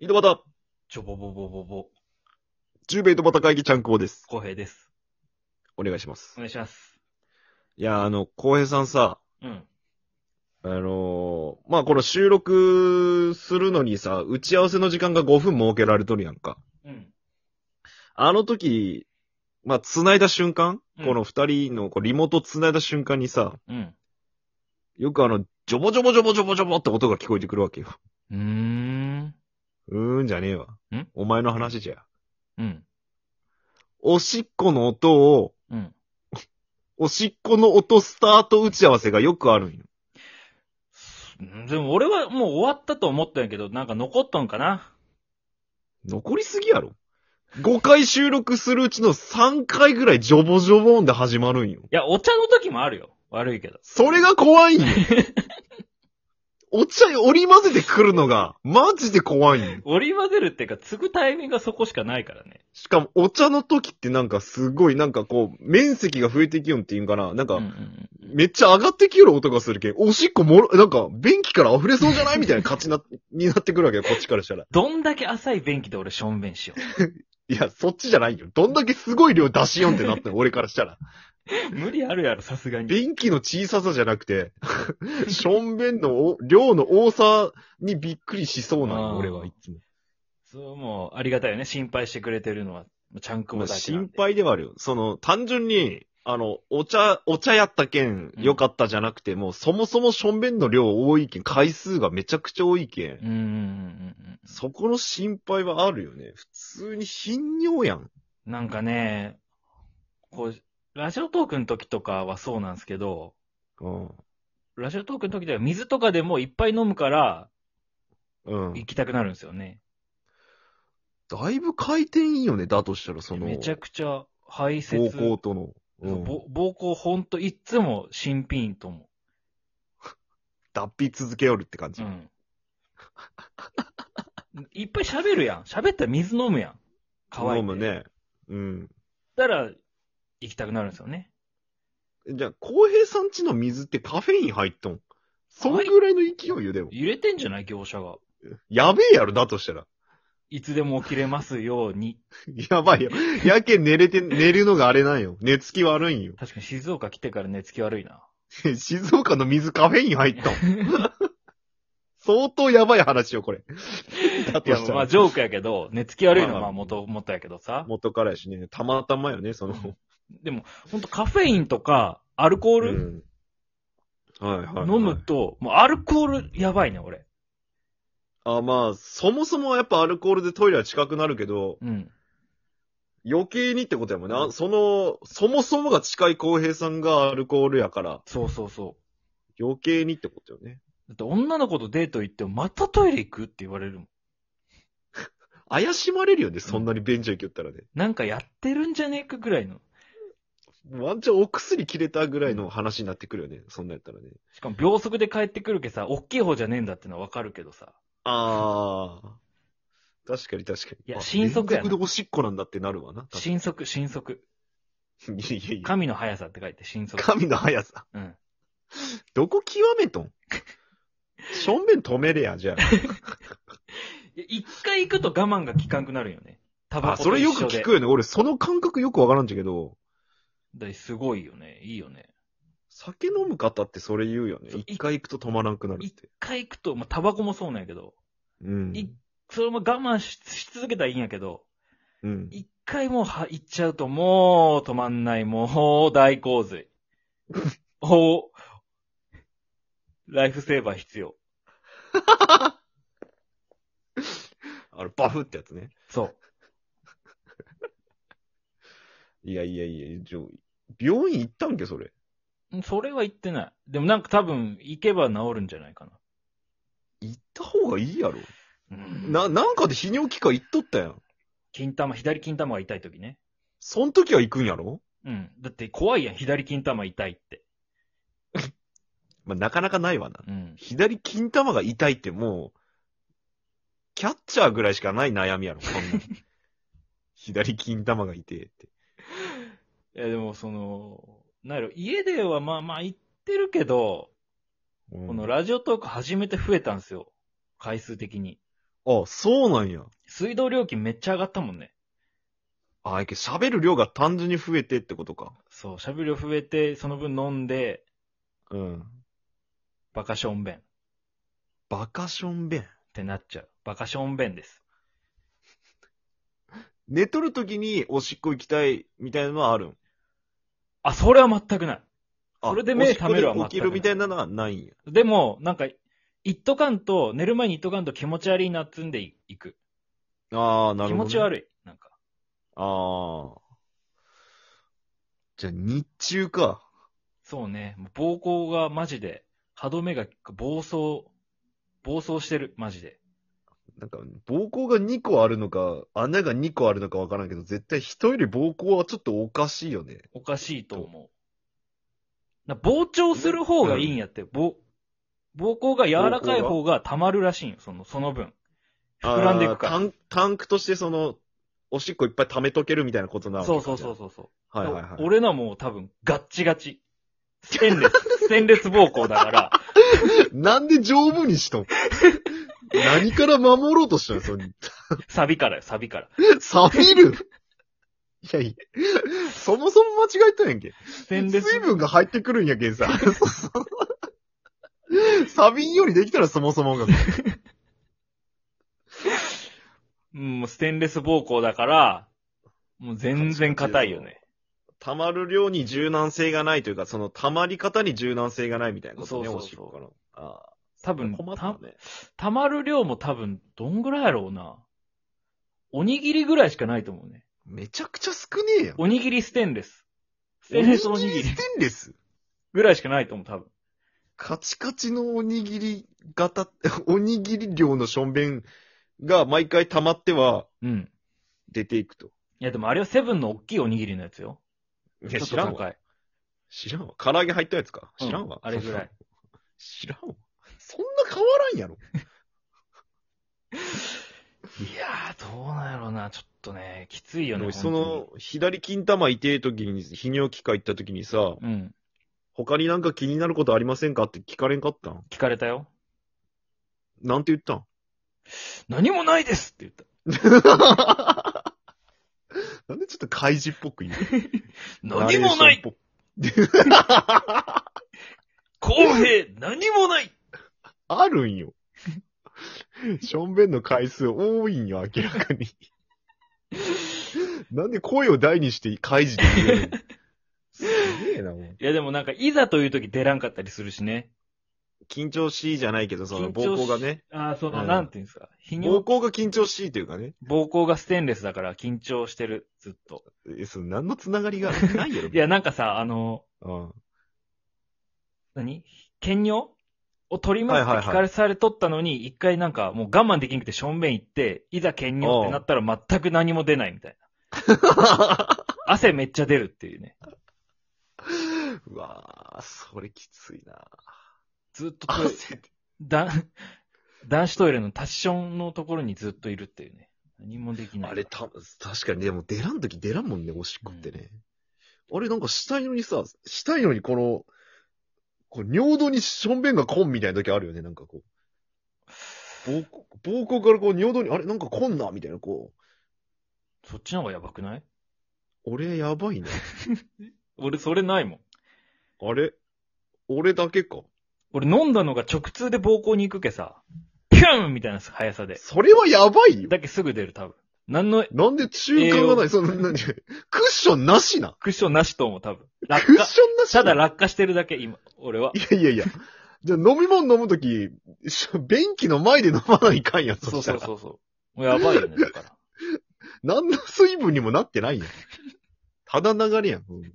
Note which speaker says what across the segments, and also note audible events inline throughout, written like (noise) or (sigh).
Speaker 1: 井戸端、
Speaker 2: ちょぼぼぼぼぼ、
Speaker 1: 中米井戸端会議ちゃんこです。
Speaker 2: 公平です。
Speaker 1: お願いします
Speaker 2: お。願いします。
Speaker 1: いや、あの、浩平さんさ、
Speaker 2: うん。
Speaker 1: あのーまあ、この収録するのにさ、打ち合わせの時間が5分設けられとるやんか。
Speaker 2: うん。
Speaker 1: あの時、まあ、繋いだ瞬間、
Speaker 2: うん
Speaker 1: この二人のこうリモート繋いだ瞬間にさ、
Speaker 2: うん。
Speaker 1: よくあの、ジョボジョボジョボジョボジョボって音が聞こえてくるわけよ。
Speaker 2: うーん。
Speaker 1: うーんじゃねえわ。
Speaker 2: ん
Speaker 1: お前の話じゃ。
Speaker 2: うん。
Speaker 1: おしっこの音を、
Speaker 2: うん。
Speaker 1: おしっこの音スタート打ち合わせがよくあるんよ。
Speaker 2: でも俺はもう終わったと思ったんやけど、なんか残っとんかな。
Speaker 1: 残りすぎやろ ?5 回収録するうちの3回ぐらいジョボジョボ音で始まるんよ。
Speaker 2: いや、お茶の時もあるよ。悪いけど。
Speaker 1: それが怖いんよ。お茶織り混ぜてくるのが、マジで怖いんよ。
Speaker 2: 織り混ぜるっていうか、継ぐタイミングがそこしかないからね。
Speaker 1: しかも、お茶の時ってなんかすごい、なんかこう、面積が増えてきよんっていうんかな。なん
Speaker 2: う
Speaker 1: か
Speaker 2: んう、ん
Speaker 1: めっちゃ上がってきよる音がするけん、おしっこもろ、なんか、便器から溢れそうじゃないみたいな感じな、になってくるわけよ、こっちからしたら。
Speaker 2: どんだけ浅い便器で俺、しょんべんしよ
Speaker 1: いや、そっちじゃないよ。どんだけすごい量出しよんってなったの、俺からしたら。
Speaker 2: う。 (laughs) 無理あるやろ、さすがに。
Speaker 1: 便器の小ささじゃなくて、 (laughs) しょんべんのお量の多さにびっくりしそうな
Speaker 2: あー
Speaker 1: の、俺はいつも。
Speaker 2: そう、もう、ありがたいよね。心配してくれてるのは、ちゃんく
Speaker 1: ま
Speaker 2: も
Speaker 1: あ
Speaker 2: だけなん
Speaker 1: 心
Speaker 2: で。
Speaker 1: 配ではあるよ。その、単純に、あの、お茶、お茶やったけん、
Speaker 2: うん
Speaker 1: 良かったじゃなくて、もうそもそもしょんべんの量多いけん、回数がめちゃくちゃ多いけん、
Speaker 2: うんうんうんうんうん。
Speaker 1: そこの心配はあるよね。普通に頻尿やん。
Speaker 2: なんかね、こう、ラジオトークの時とかはそうなんですけど、
Speaker 1: うん。
Speaker 2: ラジオトークの時では水とかでもいっぱい飲むから
Speaker 1: うん
Speaker 2: 行。きたくなるんですよね。
Speaker 1: だいぶ回転いいよね、だとしたら、その、
Speaker 2: めちゃくちゃ排
Speaker 1: 膀
Speaker 2: 泄。
Speaker 1: 胱との。うん
Speaker 2: ぼ膀胱ほんといっつも新品と思
Speaker 1: 脱皮続けよるって感
Speaker 2: う。
Speaker 1: じ。
Speaker 2: うん。 (laughs) いっぱい喋るやん。喋ったら水飲むやん。可愛い。
Speaker 1: 飲む。ね。うん。
Speaker 2: だから行きたくなるんですよね。
Speaker 1: じゃあ、浩平さんちの水ってカフェイン入っとん。そのぐらいの勢いよ、でも。
Speaker 2: 揺れてんじゃない業者が。
Speaker 1: やべえやろ、だとしたら。 (laughs)
Speaker 2: いつでも起きれますように。
Speaker 1: やばいよ。やけん寝れて、寝るのがあれなんよ。寝つき悪いんよ。 (laughs)
Speaker 2: 確かに静岡来てから寝つき悪いな。
Speaker 1: 静岡の水カフェイン入ったん。相当やばい話よ、これ。 (laughs) だ
Speaker 2: い
Speaker 1: と
Speaker 2: や、
Speaker 1: した
Speaker 2: まあ
Speaker 1: ら。
Speaker 2: ジョークやけど、寝つき悪いのはまあ元々やけどさ。
Speaker 1: 元からやしね、たまたまよね、その。
Speaker 2: でも、ほんとカフェインとか、アルコール、
Speaker 1: うんはいはいはい、
Speaker 2: 飲むと、もうアルコールやばいね、俺。
Speaker 1: あ、まあ、そもそもやっぱアルコールでトイレは近くなるけど、
Speaker 2: うん。
Speaker 1: 余計にってことやもんな。その、そもそもが近い浩平さんがアルコールやから、
Speaker 2: そうそうそ
Speaker 1: 余計にってことよね。
Speaker 2: う。だって女の子とデート行っても、またトイレ行くって言われるもん。
Speaker 1: 怪しまれるよね、そんなに便所行きよったらね。
Speaker 2: なんかやってるんじゃねえかぐらいの。
Speaker 1: ワンチャンお薬切れたぐらいの話になってくるよね、そんなんやったらね。
Speaker 2: しかも秒速で帰ってくるけさ、おっきい方じゃねえんだってのはわかるけどさ。
Speaker 1: あー。確かに確かに。
Speaker 2: いや
Speaker 1: あ
Speaker 2: 新速やな
Speaker 1: 連続でおしっこなんだってなるわな。確か
Speaker 2: 新速、新速。
Speaker 1: にいやいやいや。
Speaker 2: 神の速さって書いて、新速。
Speaker 1: 神の速さ。
Speaker 2: うん。
Speaker 1: どこ極めとんしょんべん止めれや、じゃあ。
Speaker 2: いや一回行くと我慢が効かんくなるよね。タバ
Speaker 1: あ、そ
Speaker 2: コと
Speaker 1: れ
Speaker 2: 一
Speaker 1: よく
Speaker 2: 緒で。
Speaker 1: 聞くよね。俺、その感覚よくわからんじゃけど、
Speaker 2: だからすごいよね。いいよね。
Speaker 1: 酒飲む方ってそれ言うよね
Speaker 2: そう。
Speaker 1: 一回行くと止まらんくなるっ
Speaker 2: 一
Speaker 1: て。
Speaker 2: 回行くと、まあ、タバコもそうなんやけど、
Speaker 1: うん。
Speaker 2: いそれも我慢しし続けたらいいんやけど、
Speaker 1: うん。
Speaker 2: 一回もうは行っちゃうと、もう止まんない、もう大洪水。 (laughs) おライフセーバー必要。
Speaker 1: あの、バフってやつね。
Speaker 2: そう。
Speaker 1: いやいやいや、じゃあ病院行ったんけ、それ。
Speaker 2: それは言ってない。でもなんか多分、行けば治るんじゃないか
Speaker 1: 行った方がいいやろ。
Speaker 2: な。うん、
Speaker 1: な、なんかで泌尿器科行っとったやん。
Speaker 2: 金玉、左金玉が痛い時ね。
Speaker 1: そん時は行くんやろ
Speaker 2: うん。だって怖いやん、左金玉痛いって。
Speaker 1: まあ、なかなかないわな。
Speaker 2: うん。
Speaker 1: 左金玉が痛いってもう、キャッチャーぐらいしかない悩みやろ、こんなん左金玉が痛いって。
Speaker 2: いやでもその、なんやろ、家ではまあまあ行ってるけど、
Speaker 1: うん
Speaker 2: このラジオトーク初めて増えたんですよ。回数的に。
Speaker 1: あ、そうなんや。
Speaker 2: 水道料金めっちゃ上がったもんね。
Speaker 1: あ、やけど喋る量が単純に増えてってことか。
Speaker 2: そう、喋り増えて、その分飲んで、
Speaker 1: うん。
Speaker 2: バカションベンっ
Speaker 1: バカション弁。
Speaker 2: てなっちゃう。バカションベンです。
Speaker 1: 寝とる時におしっこ行きたいみたいなのはあるん。
Speaker 2: あ、それは全くない。
Speaker 1: あ
Speaker 2: それで目覚めるは全く
Speaker 1: おしっこで起きるみたいなのはないんや。
Speaker 2: でも、なんか、行っとかんと、寝る前に行っとかんと気持ち悪いなっつんでいいく。
Speaker 1: ああ、な
Speaker 2: 気
Speaker 1: るほど、ね。
Speaker 2: 持ち悪い。なんか。
Speaker 1: ああ。じゃあ、日中か。
Speaker 2: そうね。もう暴行がマジで、歯止めが暴走、暴走してる、マジで。
Speaker 1: なんか、膀胱が2個あるのか、穴が2個あるのかわからんけど、絶対人より膀胱はちょっとおかしいよね。
Speaker 2: おかしいと思う。な膨張する方がいいんやって、ぼ膀胱が柔らかい方が溜まるらしいんよ、その、その分。膨らんでいくか
Speaker 1: あータンタンクとしてその、おしっこいっぱい溜めとけるみたいなことな
Speaker 2: ら。
Speaker 1: わけ
Speaker 2: そ
Speaker 1: か
Speaker 2: うそうそう。そうそう。
Speaker 1: はいはいはい。
Speaker 2: 俺のはもう多分、ガッチガチ。ステ
Speaker 1: (laughs)
Speaker 2: ンレス、ステンレス膀胱だから、
Speaker 1: なんで丈夫にしとん何から守ろうとしたのその、
Speaker 2: サビからよ、サビから。
Speaker 1: 錆びる (laughs) いやいや、そもそも間違えたんやんけ。
Speaker 2: ステンレス
Speaker 1: 水、分が入ってくるんやけんさ。サビん (laughs) よりできたらそもそもが。
Speaker 2: うん、もうステンレス膀胱だから、もう全然硬いよね。
Speaker 1: 溜まる量に柔軟性がないというか、その溜まり方に柔軟性がないみたいなことね、
Speaker 2: そう
Speaker 1: お
Speaker 2: そう
Speaker 1: しっ
Speaker 2: そう
Speaker 1: こから。あ
Speaker 2: 多
Speaker 1: ー
Speaker 2: 分、、
Speaker 1: 困ったたね。
Speaker 2: 溜まる量も多分、どんぐらいやろうな。おにぎりぐらいしかないと思うね。
Speaker 1: めちゃくちゃ少ねえやん。
Speaker 2: おにぎりステンレス。ステンレスおにぎり
Speaker 1: ステンレス
Speaker 2: ぐらいしかないと思う、多分。
Speaker 1: カチカチのおにぎり型、 (laughs) おにぎり量のしょんべんが毎回溜まっては
Speaker 2: うん。
Speaker 1: 出ていくと。
Speaker 2: いや、でもあれはセブンの大きいおにぎりのやつよ。
Speaker 1: い
Speaker 2: ちょ
Speaker 1: や、
Speaker 2: っと
Speaker 1: 知らん
Speaker 2: 高
Speaker 1: わ。
Speaker 2: い。
Speaker 1: 知らんわ。唐揚げ入ったやつか。知らんわ。
Speaker 2: うんあれぐらい。
Speaker 1: 知らんわ。そんな変わらんやろ。
Speaker 2: いやー、どうなんやろうな。ちょっとね、きついよね。
Speaker 1: そ
Speaker 2: 本
Speaker 1: の、左金玉痛え時に、泌尿器科行った時にさ、
Speaker 2: 当に、うん。
Speaker 1: 他になんか気になることありませんかって聞かれんかったん
Speaker 2: 聞かれたよ。
Speaker 1: なんて言 (laughs) ったん
Speaker 2: 何もないですって言った。
Speaker 1: なんでちょっと怪獣っぽく言う
Speaker 2: 何もない
Speaker 1: ナレーションっぽく (laughs)
Speaker 2: 公平何もない
Speaker 1: あるんよ。しょんべんの回数多いんよ、明らか (laughs) に。なんで声を大にして開示で言えるのすげえな、もう。
Speaker 2: いや、でもなんか、いざという時出らんかったりするしね。
Speaker 1: 緊張しいじゃないけど、その
Speaker 2: 緊張し
Speaker 1: 膀胱がね。
Speaker 2: あーその、
Speaker 1: うん
Speaker 2: なんていうんですか。泌
Speaker 1: 膀
Speaker 2: 尿、
Speaker 1: 胱が緊張しいというかね。
Speaker 2: 膀胱がステンレスだから緊張してる、ずっと。
Speaker 1: え、その何のつながりがない (laughs) よ。
Speaker 2: いや、なんかさ、あの、 (laughs)
Speaker 1: うん。
Speaker 2: 何兼尿を取ります
Speaker 1: はい
Speaker 2: っ
Speaker 1: はい
Speaker 2: て
Speaker 1: は
Speaker 2: 聞
Speaker 1: い
Speaker 2: かれされとったのに、一回なんかもう我慢できんくて正面行って、いざ兼尿ってなったら全く何も出ないみたいな。汗めっちゃ出るっていうね。
Speaker 1: うわぁ、それきついな
Speaker 2: ずっとトイレ
Speaker 1: 汗で
Speaker 2: だ男子トイレのタッションのところにずっといるっていうね。何もできない。
Speaker 1: あれ、た、確かに、でも出らんとき出らんもんね、おしっこってね。あれ、なんかしたいのにさ、したいのにこの、こう尿道にしょんべんがこんみたいな時あるよね、なんかこう。膀胱、膀胱からこう尿道に、あれ、なんかこんなみたいな、こう。
Speaker 2: そっちの方がやばくない
Speaker 1: 俺やばい
Speaker 2: (laughs)
Speaker 1: な。
Speaker 2: 俺それないもん。
Speaker 1: あれ俺だけか。
Speaker 2: 俺飲んだのが直通で膀胱に行くけさ、ピューンみたいな速さで。
Speaker 1: それはやばいよ。
Speaker 2: だけすぐ出る多分。何の
Speaker 1: なんで中間がない、その、なに、クッションなしな。
Speaker 2: クッションなしと思う多分。
Speaker 1: ク
Speaker 2: 落
Speaker 1: ッ
Speaker 2: 下。
Speaker 1: ションなしな
Speaker 2: ただ落下してるだけ、今、俺は。
Speaker 1: いやいやいや。じゃあ飲み物飲むとき、し便器の前で飲まないかんやん、
Speaker 2: そ
Speaker 1: そうしたら
Speaker 2: そう。そうそう。もうやばいよね、だから。
Speaker 1: 何の水分にもなってないやん。ただ流れやん。うん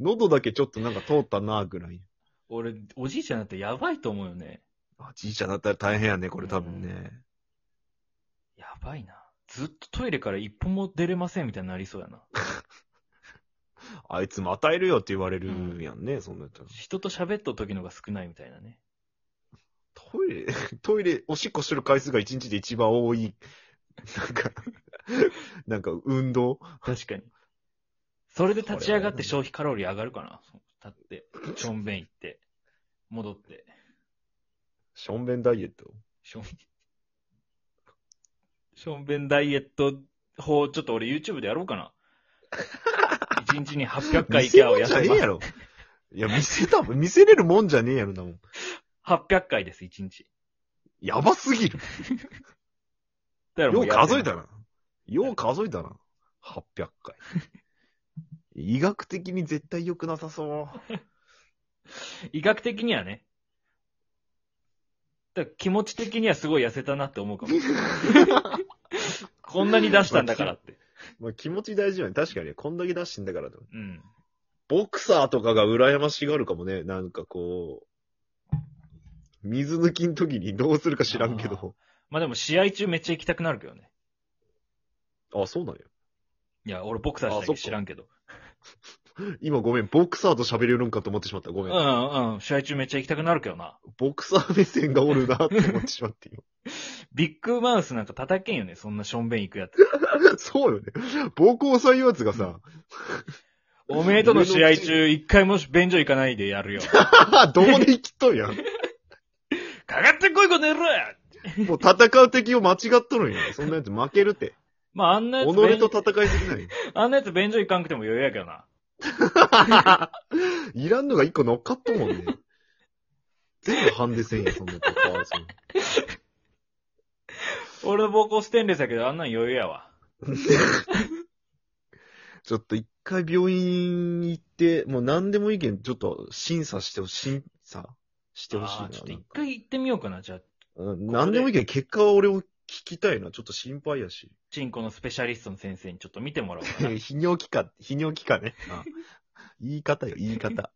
Speaker 1: 喉だけちょっとなんか通ったな、ぐらい。
Speaker 2: 俺、おじいちゃんだってやばいと思うよね。
Speaker 1: あ、じいちゃんだったら大変やね、これ多分ね。
Speaker 2: やばいな。ずっとトイレから一歩も出れませんみたいになりそうやな。
Speaker 1: あいつまたいるよって言われるやんね、そんなやったら
Speaker 2: 人と喋っと時のが少ないみたい
Speaker 1: (laughs)
Speaker 2: なね。
Speaker 1: トイレ、 (laughs) トイレ、おしっこしてる回数が一日で一番多い。なんか、なんか運動
Speaker 2: 確かに。それで立ち上がって消費カロリー上がるかな。
Speaker 1: (laughs)
Speaker 2: 立って、ちょんべん行って、戻って。
Speaker 1: しょんべんダイエット
Speaker 2: しょんションベンダイエット法、ちょっと俺 YouTube でやろう
Speaker 1: (laughs)
Speaker 2: かな。一日に800回
Speaker 1: 見
Speaker 2: イケ
Speaker 1: せ
Speaker 2: ア
Speaker 1: も
Speaker 2: を
Speaker 1: ん
Speaker 2: やっ
Speaker 1: じゃねえ
Speaker 2: てま
Speaker 1: や
Speaker 2: す。
Speaker 1: ろ。いや、見せた、見せれるもんじゃねえやろなもん。
Speaker 2: 800回です、一日。
Speaker 1: やばすぎる。
Speaker 2: だからも
Speaker 1: よ
Speaker 2: う
Speaker 1: う数え
Speaker 2: やって
Speaker 1: たな。よう数えたな。800回。医学的に絶対良くなさそう。
Speaker 2: ない医学的にはね。だから気持ち的にはすごい痩せたなっ
Speaker 1: (laughs)
Speaker 2: て思うかも。こんなに出したんだからって。
Speaker 1: まあ気持ち大事よね。確かに、こんだけ出してんだからと。
Speaker 2: うん。
Speaker 1: ボクサーとかが羨ましがるかもね。なんかこう、水抜きの時にどうするか知らんけど。
Speaker 2: まあでも試合中めっちゃ行きたくなるけどね。
Speaker 1: あそうなんや。
Speaker 2: いや、俺ボクサーした
Speaker 1: あ
Speaker 2: け
Speaker 1: そ
Speaker 2: ど
Speaker 1: っか
Speaker 2: 知らんけど。
Speaker 1: 今ごめん、ボクサーと喋れるんかと思ってしまった。ご
Speaker 2: う
Speaker 1: めん。
Speaker 2: んうん。試合中めっちゃ行きたくなるけどな。
Speaker 1: ボクサー目線がおるなって思ってしまって。
Speaker 2: ビッグマウスなんか叩けんよね。そんなションベン行くやつ。
Speaker 1: (laughs) 今そうよね。暴行さいうやつがさ、 (laughs)
Speaker 2: おめえとの試合中、一回も便所行かないでや
Speaker 1: (laughs)
Speaker 2: るよ。か
Speaker 1: どうで生きとんやん。
Speaker 2: かってこいことやろや
Speaker 1: もう戦う敵を間違っとるんや。そんなやつ負けるって。
Speaker 2: まあ、あんなやつ
Speaker 1: 己
Speaker 2: 便
Speaker 1: と、戦いすぎない。 (laughs)
Speaker 2: あんなやつ便所行かんくても余裕やけどな。
Speaker 1: いらんのが一個乗っかっともんね。全部ハンデ戦や、そんなとこ。
Speaker 2: 俺の膀胱ステンレスやけど、あんなん余裕やわ。
Speaker 1: ちょっと一回病院行って、もう何でもいいけん、ちょっと審査してほ審査してほしい
Speaker 2: あ
Speaker 1: な
Speaker 2: ーちょっと一回行ってみようかな、じゃあ。
Speaker 1: うん。何でもいいけん、結果は俺を聞きたいな。ちょっと心配や
Speaker 2: (laughs)
Speaker 1: し。
Speaker 2: チンコのスペシャリストの先生にちょっと見てもらおうかな。
Speaker 1: 泌尿器科、泌尿器科ね。言い方よ、言い方。